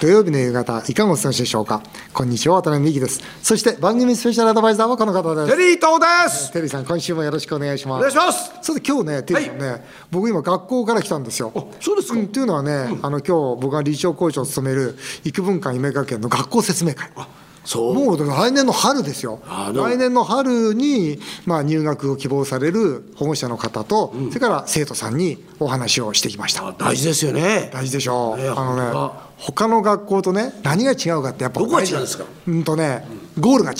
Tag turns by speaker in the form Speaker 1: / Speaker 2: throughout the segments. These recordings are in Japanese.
Speaker 1: 土曜日の夕方いかがお過ごしでしょうかこんにちは渡辺美希ですそして番組スペシャルアドバイザーはこの方です
Speaker 2: テリー東です
Speaker 1: テリーさん今週もよろしくお願いします
Speaker 2: お願いします
Speaker 1: それで今日ねテリーさんね、僕今学校から来たんですよ
Speaker 2: そうですか
Speaker 1: んというのはね、あの今日僕が理事長校長を務める育文館夢学園の学校説明会
Speaker 2: そう
Speaker 1: もうだから来年の春ですよ、
Speaker 2: あーでも
Speaker 1: 来年の春に、まあ、入学を希望される保護者の方と、それから生徒さんにお話をしてきました。
Speaker 2: あ大事ですよね
Speaker 1: 大事でしょう、
Speaker 2: ね
Speaker 1: あ
Speaker 2: 本当
Speaker 1: のね
Speaker 2: だ
Speaker 1: 他の学校とね何が違うかってやっぱ
Speaker 2: どこが違うんですか
Speaker 1: うんとねゴールが違う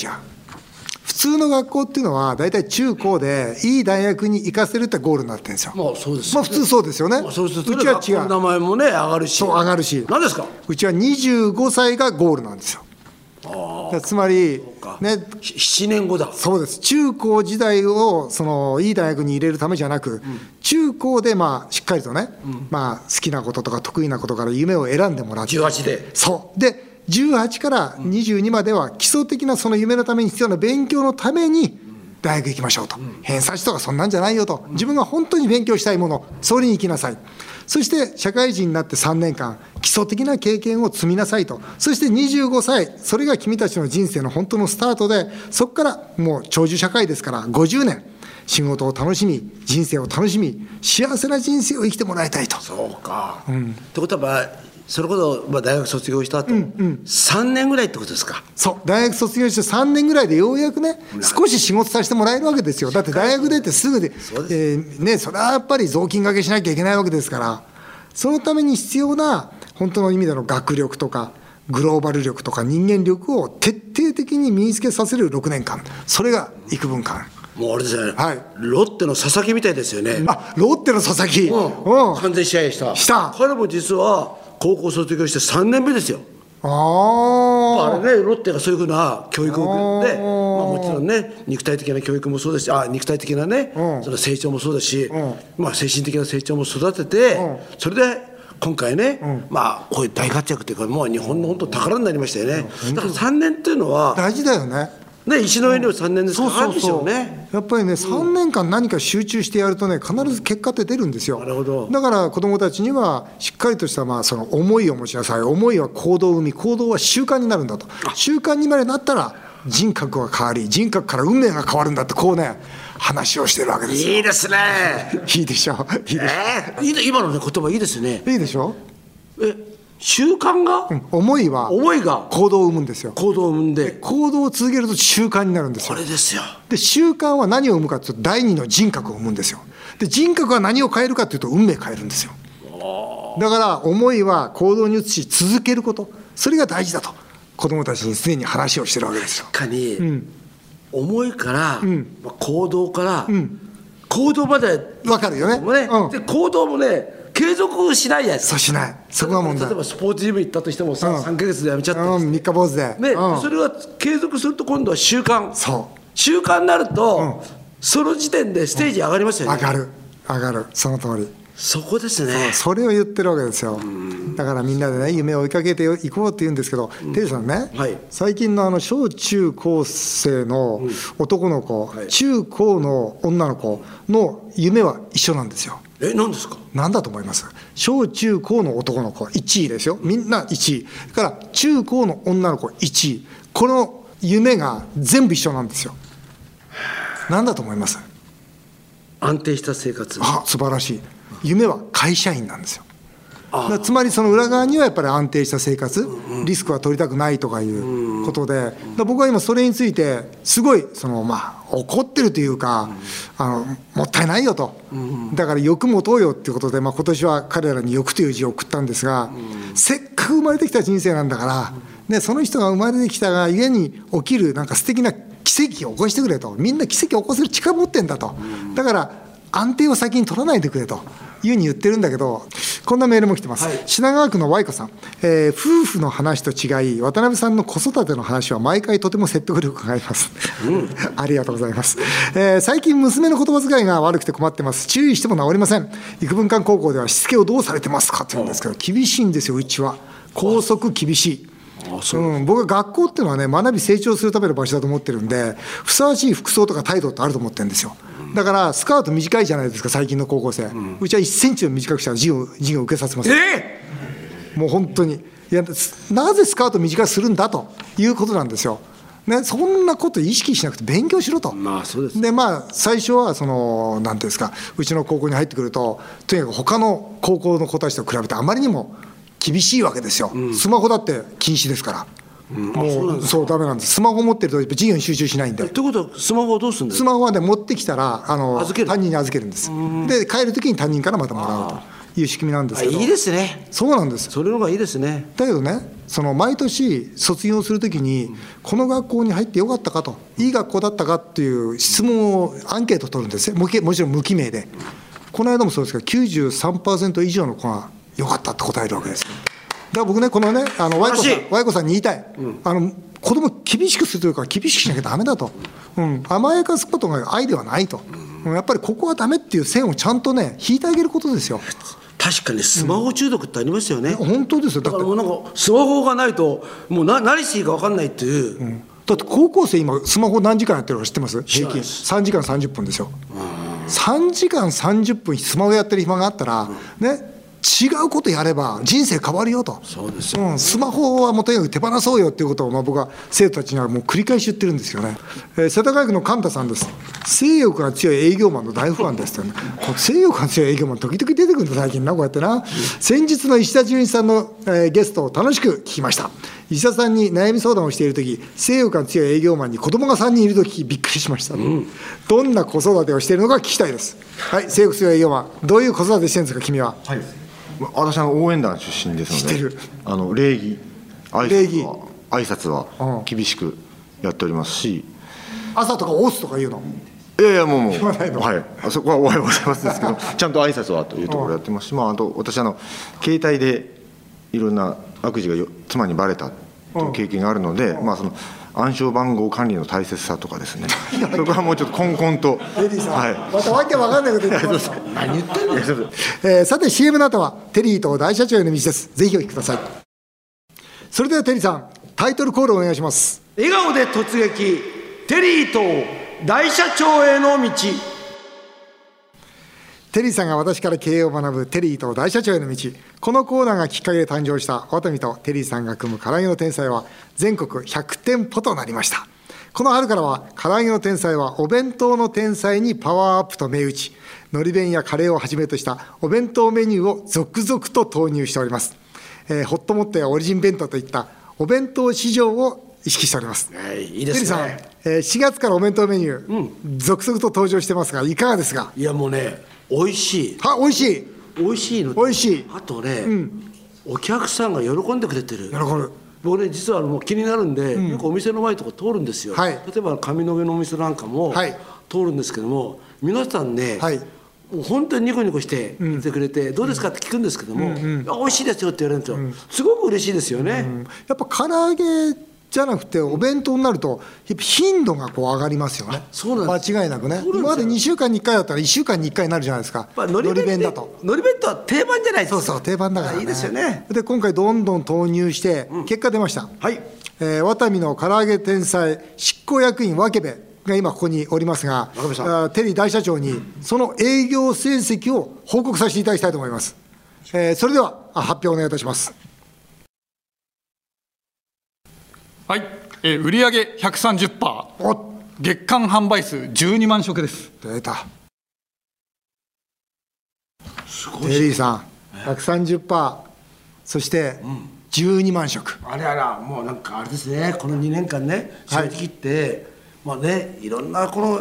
Speaker 1: 普通の学校っていうのは大体中高でいい大学に行かせるってゴールになってるんですよ、
Speaker 2: まあそうです
Speaker 1: まあ普通そうですよね、
Speaker 2: まあ
Speaker 1: う
Speaker 2: そうすると
Speaker 1: ちは違
Speaker 2: 学校の名
Speaker 1: う
Speaker 2: 前もね上がるし
Speaker 1: そう上がるし
Speaker 2: 何ですか
Speaker 1: うちは25歳がゴールなんですよだからつまり
Speaker 2: か
Speaker 1: ね
Speaker 2: ひ7年後だ
Speaker 1: そうです中高時代をそのいい大学に入れるためじゃなく、中高でまあしっかりとね、まあ、好きなこととか得意なことから夢を選んでもらって
Speaker 2: 18で
Speaker 1: そうで18から22までは基礎的なその夢のために必要な勉強のために大学行きましょうと、偏差値とかそんなんじゃないよと、自分が本当に勉強したいものそれに行きなさいそして社会人になって3年間基礎的な経験を積みなさいとそして25歳それが君たちの人生の本当のスタートでそこからもう長寿社会ですから50年仕事を楽しみ人生を楽しみ幸せな人生を生きてもらいたいと
Speaker 2: そうか、ってことはまあそれこそ、まあ、大学卒業した後、3年ぐらいってことですか
Speaker 1: そう大学卒業して3年ぐらいでようやくね少し仕事させてもらえるわけですよだって大学出てすぐで
Speaker 2: そうです
Speaker 1: えーね、それはやっぱり雑巾掛けしなきゃいけないわけですからそのために必要な本当の意味での学力とかグローバル力とか人間力を徹底的に身につけさせる6年間それが幾分間
Speaker 2: もうあれですよね、
Speaker 1: はい
Speaker 2: ロッテの佐々木みたいですよね、
Speaker 1: あロッテの佐々木、
Speaker 2: うん
Speaker 1: うん
Speaker 2: 完全試合した
Speaker 1: した
Speaker 2: 彼も実は高校卒業して3年目ですよあ
Speaker 1: ああ
Speaker 2: れねロッテがそういうふうな教育を受けて、
Speaker 1: あー
Speaker 2: まあ、もちろんね肉体的な教育もそうですしあ肉体的なね、
Speaker 1: うん
Speaker 2: その成長もそうだし、
Speaker 1: ん
Speaker 2: まあ、精神的な成長も育てて、
Speaker 1: うん
Speaker 2: それで今回ね、まあこういう大活躍というかもう日本の本当宝になりましたよね、だから3年っていうのは、
Speaker 1: 大事だよね
Speaker 2: ね、石の上には3年ですか
Speaker 1: そう
Speaker 2: ら
Speaker 1: そ
Speaker 2: あ
Speaker 1: う
Speaker 2: るでしょ
Speaker 1: そうう
Speaker 2: ね。
Speaker 1: やっぱりね、3年間何か集中してやるとね、必ず結果って出るんですよ。
Speaker 2: なるほど
Speaker 1: だから子どもたちには、しっかりとしたまあその思いを持ちなさい、思いは行動を生み、行動は習慣になるんだと、習慣にまでなったら、人格が変わり、人格から運命が変わるんだって、こうね、話をしてるわけですよ。
Speaker 2: いいですね。
Speaker 1: いいでしょう、いいでしょ
Speaker 2: えーいいね今のね言葉いいですね。
Speaker 1: う。いいでしょ
Speaker 2: え習慣
Speaker 1: う、
Speaker 2: が、
Speaker 1: うん、思いは
Speaker 2: 思いが
Speaker 1: 行動を生むんですよ。
Speaker 2: 行動を生んで
Speaker 1: 行動を続けると習慣になるんです
Speaker 2: こ
Speaker 1: よ。
Speaker 2: れですよ。
Speaker 1: で習慣は何を生むかというと第二の人格を生むんですよで人格は何を変えるかというと運命変えるんですよだから思いは行動に移し続けることそれが大事だと子どもたちに常に話をしてるわけですよ
Speaker 2: 確かに、
Speaker 1: ん
Speaker 2: 思いから、まあ行動から、行動まで
Speaker 1: わかるよね
Speaker 2: もね、
Speaker 1: うん
Speaker 2: で行動もね継続しないやつ
Speaker 1: そうしないそこが問題
Speaker 2: 例えばスポーツジム行ったとしてもさ、
Speaker 1: うん
Speaker 2: 3か月でやめちゃった
Speaker 1: う
Speaker 2: りし
Speaker 1: ん三日坊主で、
Speaker 2: て、ね
Speaker 1: うん
Speaker 2: それは継続すると今度は習慣
Speaker 1: そう
Speaker 2: 習慣になると、
Speaker 1: う
Speaker 2: その時点でステージ上がりますよね、
Speaker 1: 上がる上がるその通り
Speaker 2: そこですね
Speaker 1: それを言ってるわけですよだからみんなでね夢を追いかけていこうって言うんですけど、テリーさんね、
Speaker 2: はい
Speaker 1: 最近のあの小中高生の男の子、
Speaker 2: はい
Speaker 1: 中高の女の子の夢は一緒なんですよ
Speaker 2: え何ですか
Speaker 1: 何だと思います小中高の男の子1位ですよみんな1位だから中高の女の子1位この夢が全部一緒なんですよ何だと思います
Speaker 2: 安定した生活
Speaker 1: あ素晴らしい夢は会社員なんですよだ
Speaker 2: あ
Speaker 1: からつまりその裏側にはやっぱり安定した生活、リスクは取りたくないとかいうことで、だから僕は今、それについて、すごいその、まあ、怒ってるというか、あのもったいないよと、だから欲持とうよっていうことで、まあ今年は彼らに欲という字を送ったんですが、せっかく生まれてきた人生なんだから、ね、その人が生まれてきたがゆえに起きるなんか素敵な奇跡を起こしてくれと、みんな奇跡を起こせる力持ってんだと。だから安定を先に取らないでくれというふうに言ってるんだけど、こんなメールも来てます、
Speaker 2: はい
Speaker 1: 品川区の Y 子さん、えー夫婦の話と違い、渡辺さんの子育ての話は毎回とても説得力があります。 ありがとうございます、えー最近、娘の言葉遣いが悪くて困ってます、注意しても治りません、幾分間高校ではしつけをどうされてますかって言うんですけど、厳しいんですよ、うちは、校則厳しい。うん、僕は学校っていうのはね学び成長するための場所だと思ってるんでふさわしい服装とか態度ってあると思ってるんですよだからスカート短いじゃないですか最近の高校生、うちは1センチを短くしたら授業授業を受けさせません
Speaker 2: え
Speaker 1: もう本当にいやなぜスカート短くするんだということなんですよ。ね、そんなこと意識しなくて勉強しろと、
Speaker 2: まあそうです
Speaker 1: でまあ、最初はその、なんていうんですか、うちの高校に入ってくると、とにかく他の高校の子たちと比べて、あまりにも厳しいわけですよ、スマホだって禁止ですから、
Speaker 2: あそうなん
Speaker 1: も
Speaker 2: で
Speaker 1: う
Speaker 2: す
Speaker 1: そう、だめなんです、スマホ持ってると、授業に集中しないんで。
Speaker 2: ということはスマホをどうするんで
Speaker 1: ス
Speaker 2: すか
Speaker 1: マホはね持ってきたらあの
Speaker 2: 預ける
Speaker 1: 担任に預けるんですで帰る時に担任からまたもらうという仕組みなんですけど
Speaker 2: いいですね
Speaker 1: そうなんです
Speaker 2: それの方がいいですね
Speaker 1: だけどねその毎年卒業するときに、この学校に入ってよかったかといい学校だったかっていう質問をアンケート取るんですねもけもちろん無記名でこの間もそうですけど93%以上の子がよかったって答えるわけですだから僕ねこのねあの Y 子
Speaker 2: 素
Speaker 1: さ
Speaker 2: 晴らしい
Speaker 1: ん Y 子さんに言いたい、あの子供厳しくするというか厳しくしなきゃダメだと、うん、甘やかすことが愛ではないと、うんやっぱりここはダメっていう線をちゃんとね引いてあげることですよ
Speaker 2: 確かにスマホ中毒ってありますよね、
Speaker 1: 本当ですよだ
Speaker 2: だ
Speaker 1: って
Speaker 2: からもうなんかスマホがないともうな何していいか分かんないっていう、
Speaker 1: だって高校生今スマホ何時間やってるか知ってます平
Speaker 2: ない
Speaker 1: 均
Speaker 2: です
Speaker 1: 3時間30分ですよ3時間30分スマホやってる暇があったら、ね違うことやれば人生変わるよと
Speaker 2: そうですよ
Speaker 1: うん、スマホはもうとにかく手放そうよっていうことを、まあ、僕は生徒たちにはもう繰り返し言ってるんですよね、えー世田谷区の神田さんです性欲が強い営業マンの大ファンですって、ね、こう性欲が強い営業マン時々出てくるんだ最近なこうやってな先日の石田純一さんの、えーゲストを楽しく聞きました石田さんに悩み相談をしている時性欲が強い営業マンに子供が3人いると聞きびっくりしました、どんな子育てをしているのか聞きたいですはい性欲強い営業マンどういう子育てしてるんですか君は
Speaker 3: はい、私は応援団出身ですので
Speaker 1: 知ってる
Speaker 3: あの礼儀挨
Speaker 1: 礼儀
Speaker 3: 拶は挨拶
Speaker 1: うん
Speaker 3: は厳しくやっておりますし、
Speaker 1: 朝とか押すとか言うの
Speaker 3: いやいやもうもう
Speaker 1: 言わないの
Speaker 3: はい、あそこはおはようございますですけ どちゃんと挨拶はというところやってますし、まあ、あと私あの携帯でいろんな悪事がよ妻にバレたという経験があるので、まあ、その暗証番号管理の大切さとかで すねそこはもうちょっとこんこんと。
Speaker 1: エディさん、
Speaker 3: はい
Speaker 1: またわけわかんないこと言って ますよ
Speaker 3: 何言ってんの
Speaker 1: えーさて CM の後はテリーと大社長への道ですぜひお聞きくださいそれではテリーさんタイトルコールお願いします
Speaker 2: 笑顔で突撃テリーと大社長への道
Speaker 1: テリーさんが私から経営を学ぶテリーと大社長への道このコーナーがきっかけで誕生したワタミとテリーさんが組む唐揚げの天才は全国100店舗となりましたこの春からは唐揚げの天才はお弁当の天才にパワーアップと銘打ちのり弁やカレーをはじめとしたお弁当メニューを続々と投入しておりますえーホットモットやオリジン弁当といったお弁当市場を意識しております、
Speaker 2: はいいいです
Speaker 1: テリー
Speaker 2: ね
Speaker 1: さん、えー4月からお弁当メニュー、続々と登場してますがいかがですか
Speaker 2: いやもうね美味しい
Speaker 1: は美味しい
Speaker 2: 美味しいの
Speaker 1: 美味しい
Speaker 2: あとね、お客さんが喜んでくれてる
Speaker 1: 喜ぶ
Speaker 2: 僕ね実はあのもう気になるんで、よくお店の前とか通るんですよ、
Speaker 1: はい
Speaker 2: 例えば上野毛のお店なんかも、
Speaker 1: はい
Speaker 2: 通るんですけども皆さんね、
Speaker 1: はい
Speaker 2: もう本当にニコニコして言ってくれて、どうですかって聞くんですけども、あ美味しいですよって言われるんですよ、すごく嬉しいですよね、
Speaker 1: やっぱ唐揚げじゃなくてお弁当になるとやっぱ頻度がこう上がりますよね
Speaker 2: そうなんです
Speaker 1: 間違いなくね
Speaker 2: そうなんですよ
Speaker 1: 今まで2週間に1回だったら1週間に1回になるじゃないですか
Speaker 2: まあ、のり弁
Speaker 1: だと
Speaker 2: のり弁当は定番じゃないですか
Speaker 1: そうそう定番だから、
Speaker 2: あいいですよね
Speaker 1: で今回どんどん投入して結果出ました、
Speaker 2: はい
Speaker 1: えーワタミの唐揚げ天才執行役員、ワケベが今、ここにおりますが、
Speaker 2: ワケベさん
Speaker 1: あーテリー大社長に、その営業成績を報告させていただきたいと思います。えーそれではあ発表お願いいたします。
Speaker 4: はい、えー、売上130%
Speaker 1: お
Speaker 4: 月間販売数12万食です
Speaker 1: 出た
Speaker 2: す
Speaker 1: テ
Speaker 2: ごい
Speaker 1: リーさん、130%、そして12万食、
Speaker 2: あれあらもうなんかあれですねこの2年間ね正直言って、まあねいろんなこの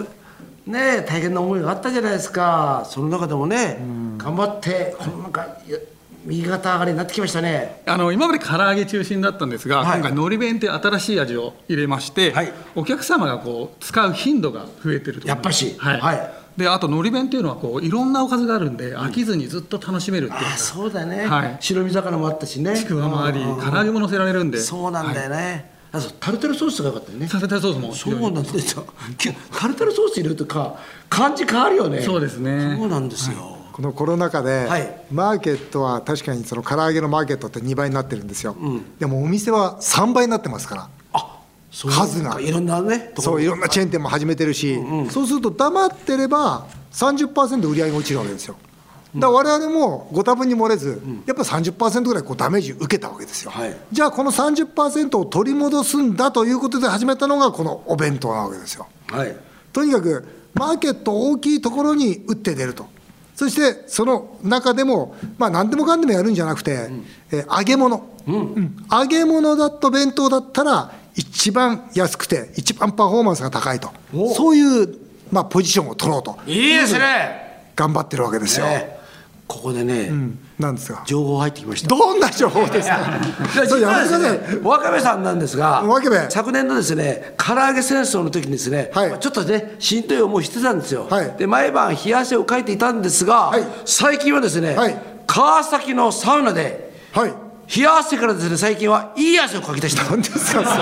Speaker 2: ね大変な思いがあったじゃないですかその中でもね、頑張ってこのなんかいや右肩上がりになってきましたね
Speaker 4: あの今まで唐揚げ中心だったんですが、
Speaker 2: はい
Speaker 4: 今回のり弁っていう新しい味を入れまして、
Speaker 2: はい
Speaker 4: お客様がこう使う頻度が増えてると思います
Speaker 2: やっぱし
Speaker 4: はい、
Speaker 2: はい
Speaker 4: であとのり弁っていうのはこういろんなおかずがあるんで飽きずにずっと楽しめるっていうか、
Speaker 2: あそうだね、
Speaker 4: はい
Speaker 2: 白身魚もあったしね
Speaker 4: ちくわもあり
Speaker 2: うん
Speaker 4: 唐揚げも乗せられるんで
Speaker 2: そうなんだよね、あそうタルタルソースが良かったよね
Speaker 4: サルタルソースも非
Speaker 2: そ
Speaker 4: 常に
Speaker 2: うなんですよきタルタルソース入れるとか感じ変わるよね
Speaker 4: そうですね
Speaker 2: そうなんですよ、
Speaker 1: このコロナ禍で、
Speaker 2: はい
Speaker 1: マーケットは確かにその唐揚げのマーケットって2倍になってるんですよ、でもお店は3倍になってますから。
Speaker 2: あそう
Speaker 1: 数が
Speaker 2: いろんなねところ
Speaker 1: そういろんなチェーン店も始めてるし、そうすると黙ってれば30%売り上げが落ちるわけですよだから我々もご多分に漏れず、やっぱ30%ぐらいこうダメージ受けたわけですよ、
Speaker 2: はい
Speaker 1: じゃあこの30%を取り戻すんだということで始めたのがこのお弁当なわけですよ
Speaker 2: はい
Speaker 1: とにかくマーケット大きいところに打って出るとそしてその中でも、まあ、何でもかんでもやるんじゃなくて、えー揚げ物、うん揚げ物だと弁当だったら一番安くて一番パフォーマンスが高いと
Speaker 2: お
Speaker 1: そういう、まあ、ポジションを取ろうと
Speaker 2: いいですね
Speaker 1: 頑張ってるわけですよ、
Speaker 2: ねここでね、
Speaker 1: うん、なんですが
Speaker 2: 情報入ってきました
Speaker 1: どんな情報ですかそれ
Speaker 2: 実
Speaker 1: や
Speaker 2: は
Speaker 1: めてください
Speaker 2: ですね若部さんなんですが
Speaker 1: 若部
Speaker 2: 昨年のですね唐揚げ戦争の時にですね、
Speaker 1: はい
Speaker 2: まあちょっとねしんどい思いしてたんですよ、
Speaker 1: はい
Speaker 2: で毎晩冷や汗をかいていたんですが、
Speaker 1: はい
Speaker 2: 最近はですね、
Speaker 1: はい
Speaker 2: 川崎のサウナで
Speaker 1: はい
Speaker 2: 冷や汗からですね最近はいい汗をかき 出した
Speaker 1: 何ですかそれ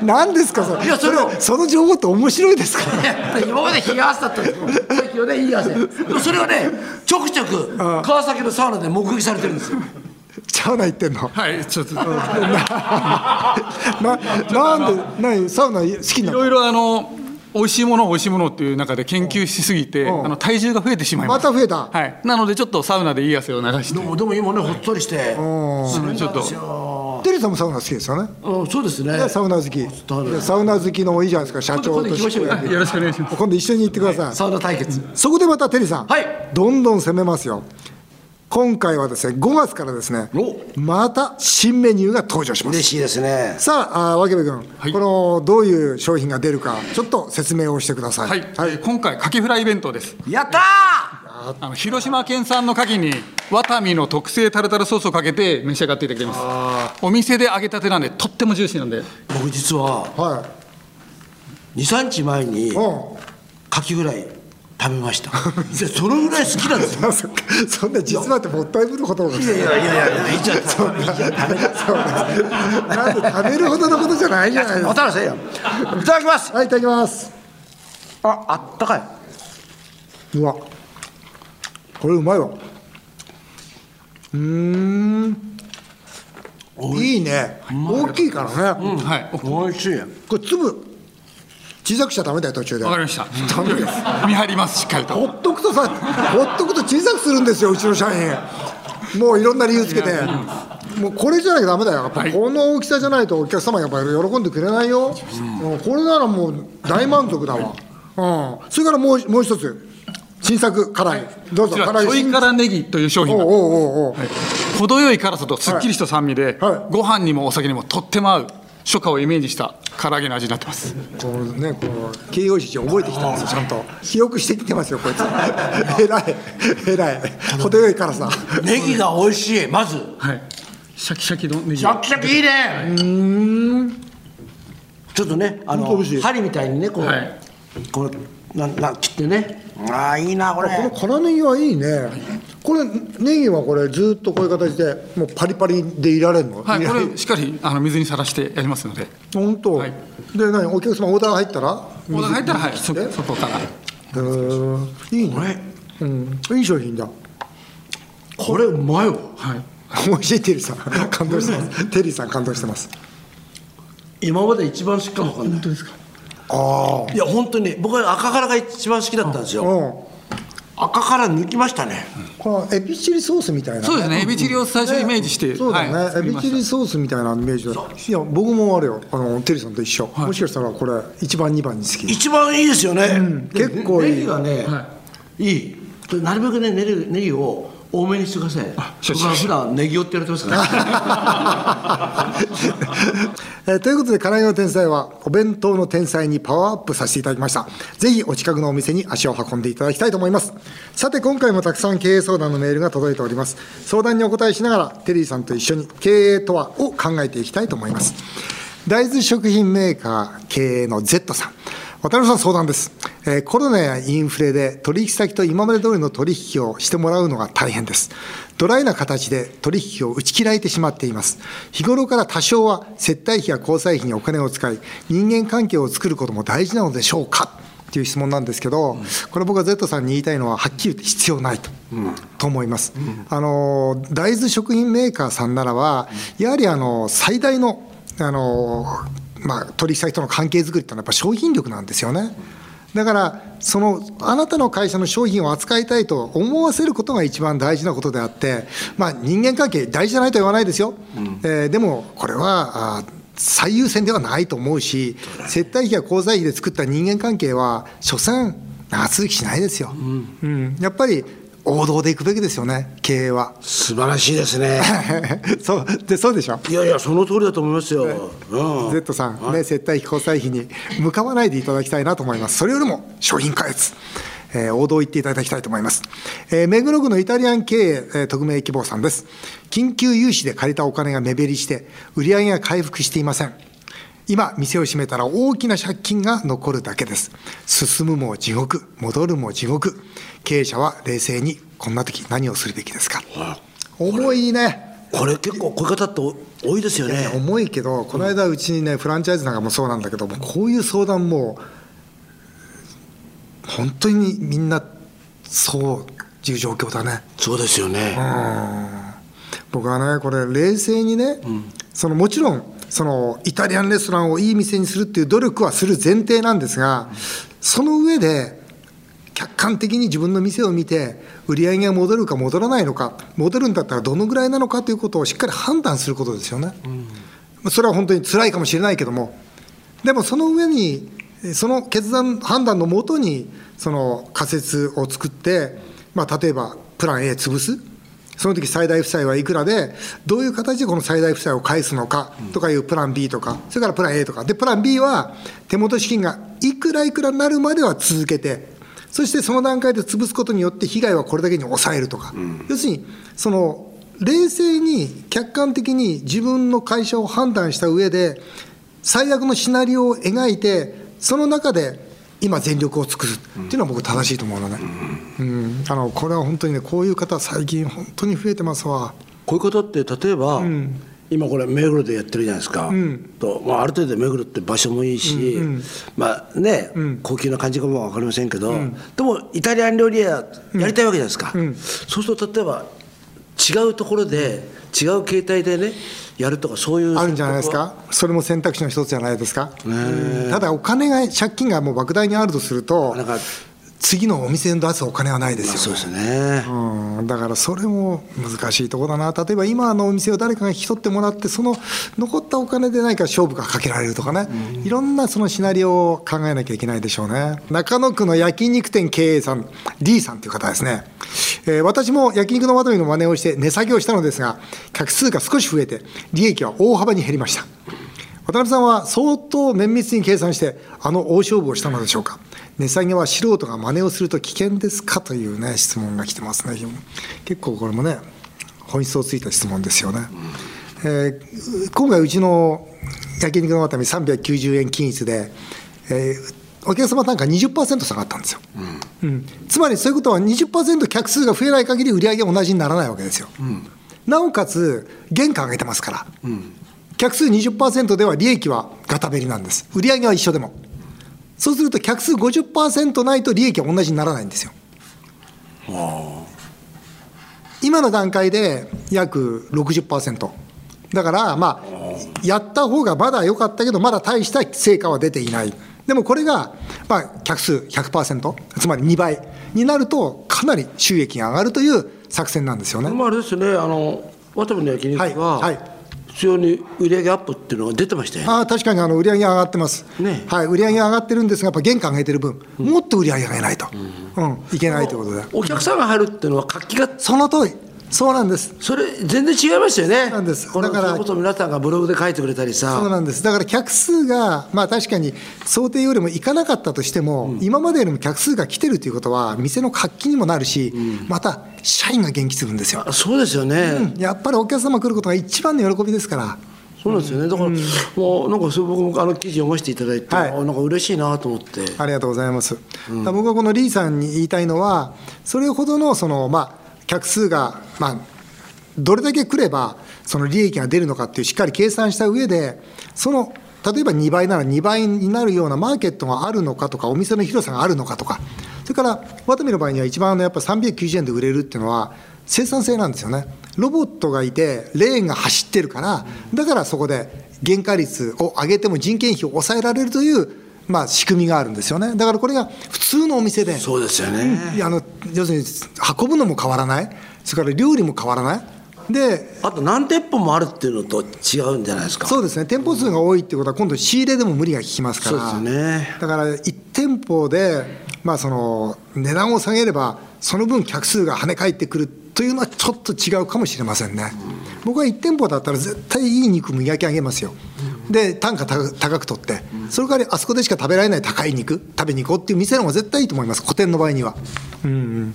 Speaker 1: 何ですかそれ
Speaker 2: いやそれを
Speaker 1: その情報って面白いですか
Speaker 2: 今まで冷や汗だったんですよ最近はねいい汗でもそれはねちょくちょく川崎のサウナで目撃されてるんですよ
Speaker 1: ちゃうな言ってんの
Speaker 4: はいちょ っ と
Speaker 1: ななんで何サウナ好き
Speaker 4: い
Speaker 1: なの
Speaker 4: ろいろあの美味しいもの美味しいものっていう中で研究しすぎて
Speaker 1: うん
Speaker 4: あの体重が増えてしまいま
Speaker 1: ま
Speaker 4: した
Speaker 1: た増えた
Speaker 4: はいなのでちょっとサウナでいい汗を流して
Speaker 2: でもでも今ねほっとりしてするん
Speaker 4: ちょっ
Speaker 2: で
Speaker 4: と
Speaker 2: すよ
Speaker 1: テリーさんもサウナ好きですよね
Speaker 2: うんそうですね
Speaker 1: サウナ好き
Speaker 2: ウナ
Speaker 1: いやサウナ好きのいいじゃないですか社長
Speaker 2: 今度
Speaker 1: と
Speaker 2: 行きましょうよ
Speaker 1: して
Speaker 4: よろしくお願いします
Speaker 1: 今度一緒に行ってください
Speaker 2: サウナ対決
Speaker 1: そこでまたテリーさん、
Speaker 2: はい
Speaker 1: どんどん攻めますよ今回はですね5月からですね
Speaker 2: お
Speaker 1: また新メニューが登場します
Speaker 2: 嬉しいですね
Speaker 1: さあ、あー渡部君、
Speaker 4: はい
Speaker 1: このどういう商品が出るか、ちょっと説明をしてください。
Speaker 4: はい、えー今回カキフライ弁当です
Speaker 2: やった
Speaker 4: あの広島県産の牡蠣にワタミの特製タルタルソースをかけて召し上がっていただきますお店で揚げたてなんでとってもジューシーなんで
Speaker 2: ー僕実は
Speaker 1: は
Speaker 2: 23日前に
Speaker 1: い、うん
Speaker 2: カキぐらい食べました いやそのぐらい好きなんですよ
Speaker 1: あ、そっかそんな実はってもったいぶることが。
Speaker 2: いやいやいやいやいいじゃん食べ
Speaker 1: そうなんですなんで食べるほどのことじゃないじゃないです
Speaker 2: お
Speaker 1: か。
Speaker 2: 楽しみよいただきます
Speaker 1: はい、いただきます。
Speaker 2: ああったかいう
Speaker 1: わ、これうまいわ。うーん。いいね。大きいからね。
Speaker 4: はいお
Speaker 2: おいしい
Speaker 1: これ粒小さくしちゃダメだよ途中で。
Speaker 4: わかりました見張りますしっかりと
Speaker 1: ほっとくとさ、ほっとくと小さくするんですよ、うちの社員。もういろんな理由つけて。もうこれじゃなきゃダメだよ。やっぱ
Speaker 4: はい
Speaker 1: この大きさじゃないとお客様やっぱり喜んでくれないよ。うんこれならもう大満足だわ。うん。それからもうもう一つ新作唐揚げ。どう
Speaker 4: こ
Speaker 1: ぞ
Speaker 4: ちら
Speaker 1: 唐揚
Speaker 4: ちょ
Speaker 1: げ
Speaker 4: い
Speaker 1: 新。
Speaker 4: 辛ネギという商
Speaker 1: お
Speaker 4: 品
Speaker 1: うお
Speaker 4: が
Speaker 1: うおうおう。
Speaker 4: 程よい辛さとすっきりした酸味で、
Speaker 1: はいはい
Speaker 4: ご飯にもお酒にもとっても合う初夏をイメージした唐揚げの味になってます
Speaker 1: このね、この形容詞覚えてきたんですよ、ちゃんと。記憶してきてますよ、こいつ。 えらい、えらい。程よい辛さ。
Speaker 2: ネギが美味しいまず
Speaker 4: はいシャキシャキのネギ
Speaker 2: シャキシャキいいねうんちょっとねあ
Speaker 1: ほんと美
Speaker 2: の
Speaker 1: 味しい
Speaker 2: 針みたいにねこう、
Speaker 4: はい
Speaker 2: このなんなん切ってねああいいなこれ
Speaker 1: この辛ネギはいいね。これネギはこれずっとこういう形でもうパリパリでいられるの。
Speaker 4: はい、こ
Speaker 1: られ
Speaker 4: れしっかりあの水にさらしてやりますので
Speaker 1: 本当。
Speaker 4: はい
Speaker 1: で何お客様オーダー入ったら。
Speaker 4: オーダー入ったら、はい、そそこから
Speaker 1: へーいいね。うん、いい商品だ。
Speaker 2: これうまいわ
Speaker 4: はい
Speaker 1: 美味しいテリーさん感動してます。テリーさん感動してます。
Speaker 2: 今まで一番好きかもわかんない
Speaker 1: あ
Speaker 2: いや本当に僕は赤からが一番好きだったんです
Speaker 1: あ。
Speaker 2: よ
Speaker 1: うん。
Speaker 2: 赤から抜きましたね
Speaker 1: このエビチリソースみたいな。
Speaker 4: そうですねエビチリを最初イメージして、
Speaker 1: そうだね、
Speaker 4: はい、作
Speaker 1: エ
Speaker 4: り
Speaker 1: ビ
Speaker 4: ま
Speaker 1: チ
Speaker 4: し
Speaker 1: リソースみたいなイメージでいや僕もあるよあのテリーさんと一緒、もしかしたらこれ一番二番に好き
Speaker 2: 一番いいですよね、
Speaker 1: 結構いい
Speaker 2: ネギがね、、
Speaker 4: はい
Speaker 2: いなるべくねネギネギを多めにしてください
Speaker 4: 承知
Speaker 2: 僕は普段ネギをって言われてますからね
Speaker 1: えーということで、金井の天才は、お弁当の天才にパワーアップさせていただきました。ぜひ、お近くのお店に足を運んでいただきたいと思います。さて、今回もたくさん経営相談のメールが届いております。相談にお答えしながら、テリーさんと一緒に経営とはを考えていきたいと思います。大豆食品メーカー経営の Z さん。渡辺さん相談です、えーコロナやインフレで取引先と今まで通りの取引をしてもらうのが大変ですドライな形で取引を打ち切られてしまっています日頃から多少は接待費や交際費にお金を使い人間関係を作ることも大事なのでしょうかっていう質問なんですけど、これ僕は Z さんに言いたいのははっきり言って必要ないと,、と思います、あのー大豆食品メーカーさんならばやはりあのー最大のあのーまあ、取引先との関係づくりってのはやっぱ商品力なんですよね。だからそのあなたの会社の商品を扱いたいと思わせることが一番大事なことであって、まあ、人間関係大事じゃないとは言わないですよ、えーでもこれはあー最優先ではないと思うし接待費や交際費で作った人間関係は所詮長続きしないですよ、うんやっぱり王道でいくべきですよね経営は
Speaker 2: 素晴らしいですね
Speaker 1: そうでそうでしょ
Speaker 2: いやいやその通りだと思いますよ、うん、
Speaker 1: Z さん、ね、接待費、交際費に向かわないでいただきたいなと思います。それよりも商品開発、えー王道を言っていただきたいと思います。えー目黒区のイタリアン経営、えー匿名希望さんです。緊急融資で借りたお金が目減りして、売り上げが回復していません。今、店を閉めたら大きな借金が残るだけです。進むも地獄、戻るも地獄。経営者は冷静に、こんな時何をするべきですか。重いね。
Speaker 2: これ結構こういう方ってお多いですよね
Speaker 1: 重いけどこの間うちにねフランチャイズなんかもそうなんだけどもこういう相談も本当にみんなそういう状況だね
Speaker 2: そうですよね、
Speaker 1: 僕はねこれ冷静にね、そのもちろんそのイタリアンレストランをいい店にするっていう努力はする前提なんですがその上で客観的に自分の店を見て売り上げが戻るか戻らないのか戻るんだったらどのぐらいなのかということをしっかり判断することですよね。それは本当に辛いかもしれないけどもでもその上にえーその決断判断のもとにその仮説を作って、まあ、例えばプラン A 潰すその時最大負債はいくらでどういう形でこの最大負債を返すのかとかいうプラン B とかそれからプラン A とかでプラン B は手元資金がいくらいくらになるまでは続けてそしてその段階で潰すことによって被害はこれだけに抑えるとか、要するにその冷静に客観的に自分の会社を判断した上で最悪のシナリオを描いてその中で今全力を尽くすっていうのは僕正しいと思うのね、うんあのこれは本当にねこういう方最近本当に増えてますわ
Speaker 2: こういう方って例えば、今これ目黒でやってるじゃないですか、とまあ、ある程度目黒って場所もいいし、まあね、高級な感じかも分かりませんけど、でもイタリアン料理屋やりたいわけじゃないですか、そうすると例えば違うところで違う形態でねやるとかそういう
Speaker 1: あるんじゃないですか、それも選択肢の一つじゃないですか、ただお金が借金がもう莫大にあるとすると
Speaker 2: なんか
Speaker 1: 次のお店に出すお金はないですよ、
Speaker 2: そうですね、
Speaker 1: うん、だからそれも難しいところだな、例えば今のお店を誰かが引き取ってもらって、その残ったお金で何か勝負がかけられるとかね、いろんなそのシナリオを考えなきゃいけないでしょうね。中野区の焼肉店経営さん、D さんという方ですね、えー私も焼肉のまとめの真似をして値下げをしたのですが、客数が少し増えて、利益は大幅に減りました。渡辺さんは相当綿密に計算して、あの大勝負をしたのでしょうか、値下げは素人が真似をすると危険ですかという、ね、質問が来てますね、結構これもね、本質をついた質問ですよね。えー今回、うちの焼肉のまたみ390円均一で、えーお客様単価20%下がったんですよ、うんつまりそういうことは20%客数が増えない限り売り上げは同じにならないわけですよ、なおかつ原価上げてますから、客数20%では利益はガタベリなんです売り上げは一緒でもそうすると客数50%ないと利益は同じにならないんですよ今の段階で約60%だからまあやった方がまだ良かったけどまだ大した成果は出ていないでもこれがまあ客数100%つまり2倍になるとかなり収益が上がるという作戦なんですよね
Speaker 2: まあ、あれですねあの渡部の焼肉は、
Speaker 1: はいはい
Speaker 2: 非常に売上アップっていうのが出てましたよね
Speaker 1: ああ確かにあの売り上げ上がってます、
Speaker 2: ね
Speaker 1: はい、売り上げ上がってるんですが、やっぱ原価上げてる分、もっと売り上げ上げないと、うんいけないということで、
Speaker 2: お客さんが入るっていうのは活気が
Speaker 1: その通り、そうなんです、
Speaker 2: それ全然違いましたよね
Speaker 1: うなんです
Speaker 2: こ
Speaker 1: だ
Speaker 2: の
Speaker 1: から
Speaker 2: そういうことを皆さんがブログで書いてくれたり
Speaker 1: そう
Speaker 2: さ
Speaker 1: なんですだから客数が、まあ、確かに想定よりもいかなかったとしても、今までよりも客数が来てるということは、店の活気にもなるし、また社員が元気するんですよ、
Speaker 2: あそうですよね、
Speaker 1: やっぱりお客様来ることが一番の喜びですから。
Speaker 2: そうなんですよねだから、もうなんかそう僕もあの記事読ませていただいて、
Speaker 1: はい
Speaker 2: あなんか嬉しいなと思って、
Speaker 1: ありがとうございます。だから僕はこのリーさんに言いたいのは、それほどのその、まあ、客数が、まあ、どれだけ来れば、その利益が出るのかっていう、しっかり計算した上で、その例えば2倍なら2倍になるようなマーケットがあるのかとか、お店の広さがあるのかとか、それからワタミの場合には、一番あのやっぱ390円で売れるっていうのは、生産性なんですよね。ロボットがいて、レーンが走ってるから、だからそこで原価率を上げても人件費を抑えられるというまあ、仕組みがあるんですよねだからこれが普通のお店で
Speaker 2: そうですよね
Speaker 1: いやあの要するに運ぶのも変わらないそれから料理も変わらないで
Speaker 2: あと何店舗もあるっていうのと違うんじゃないですか
Speaker 1: そうですね店舗数が多いってことは今度仕入れでも無理が利きますから
Speaker 2: そうですね
Speaker 1: だから1店舗で、まあ、その値段を下げればその分客数が跳ね返ってくるというのはちょっと違うかもしれませんね、僕は1店舗だったら絶対いい肉磨き上げますよ、で単価高高く取って、それからあそこでしか食べられない高い肉食べに行こうっていう店の方が絶対いいと思います個展の場合にはうんうん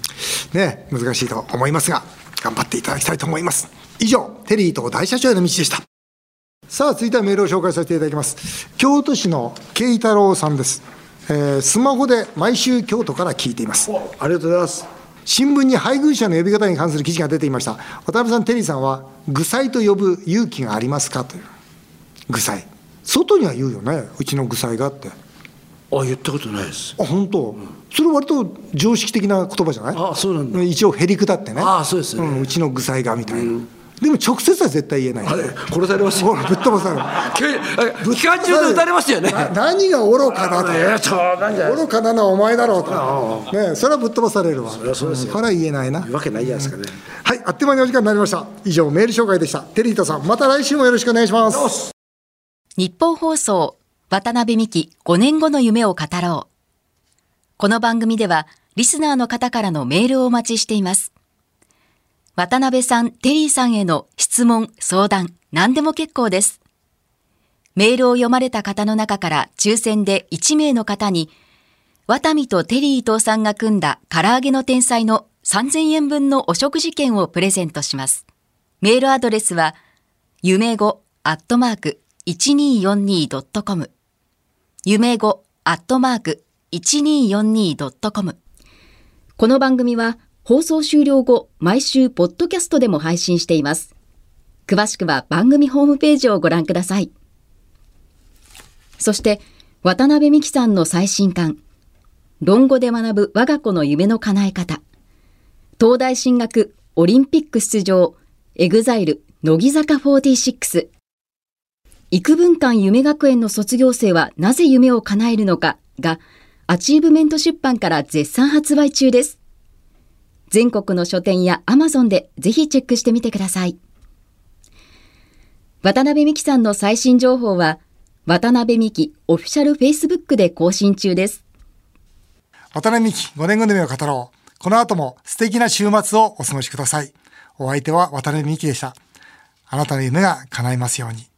Speaker 1: ね難しいと思いますが頑張っていただきたいと思います以上テリーと大社長への道でしたさあ、続いてはメールを紹介させていただきます。京都市の慶太郎さんです。えースマホで毎週京都から聞いています。
Speaker 2: ありがとうございます
Speaker 1: 新聞に配偶者の呼び方に関する記事が出ていました。渡辺さん、テリーさんは、具才と呼ぶ勇気がありますかという。具才。外には言うよね、うちの具才がって。
Speaker 2: あ言ったことないです
Speaker 1: あ、本当。それ割と常識的な言葉じゃない
Speaker 2: あそうなんだ
Speaker 1: 一応、へりくだってね。
Speaker 2: あそうですね
Speaker 1: んうちの具才がみたいな。でも直接は絶対言えない。
Speaker 2: あれ殺されます
Speaker 1: ほ
Speaker 2: よ
Speaker 1: ら、ぶっ飛ばされる。
Speaker 2: 期間中で撃たれましたよね
Speaker 1: な何が愚かだと。
Speaker 2: えそうなんじゃない
Speaker 1: 愚かなのはお前だろうと。ねえ、それはぶっ飛ばされるわ。そ
Speaker 2: りゃそうですよ
Speaker 1: これは言えないな。
Speaker 2: わけないじゃないですかね、
Speaker 1: はい、あっという間にお時間になりました。以上、メール紹介でした。テリータさん、また来週もよろしくお願いします。
Speaker 5: 日本放送渡辺美希5年後の夢を語ろう。この番組ではリスナーの方からのメールをお待ちしています。渡辺さん、テリーさんへの質問、相談、何でも結構です。メールを読まれた方の中から抽選で1名の方に、渡美とテリー伊藤さんが組んだ唐揚げの天才の3000円分のお食事券をプレゼントします。メールアドレスは、夢語アットマーク 1242.com 夢語アットマーク 1242.com この番組は放送終了後毎週ポッドキャストでも配信しています詳しくは番組ホームページをご覧くださいそして渡辺美希さんの最新刊論語で学ぶ我が子の夢の叶え方東大進学オリンピック出場エグザイル乃木坂46幾分間夢学園の卒業生はなぜ夢を叶えるのかが、アチーブメント出版から絶賛発売中です。全国の書店や Amazon でぜひチェックしてみてください。渡辺美希さんの最新情報は、渡辺美希オフィシャル Facebook で更新中です。
Speaker 1: 渡辺美希5年組を語ろう。この後も素敵な週末をお過ごしください。お相手は渡辺美希でした。あなたの夢が叶いますように。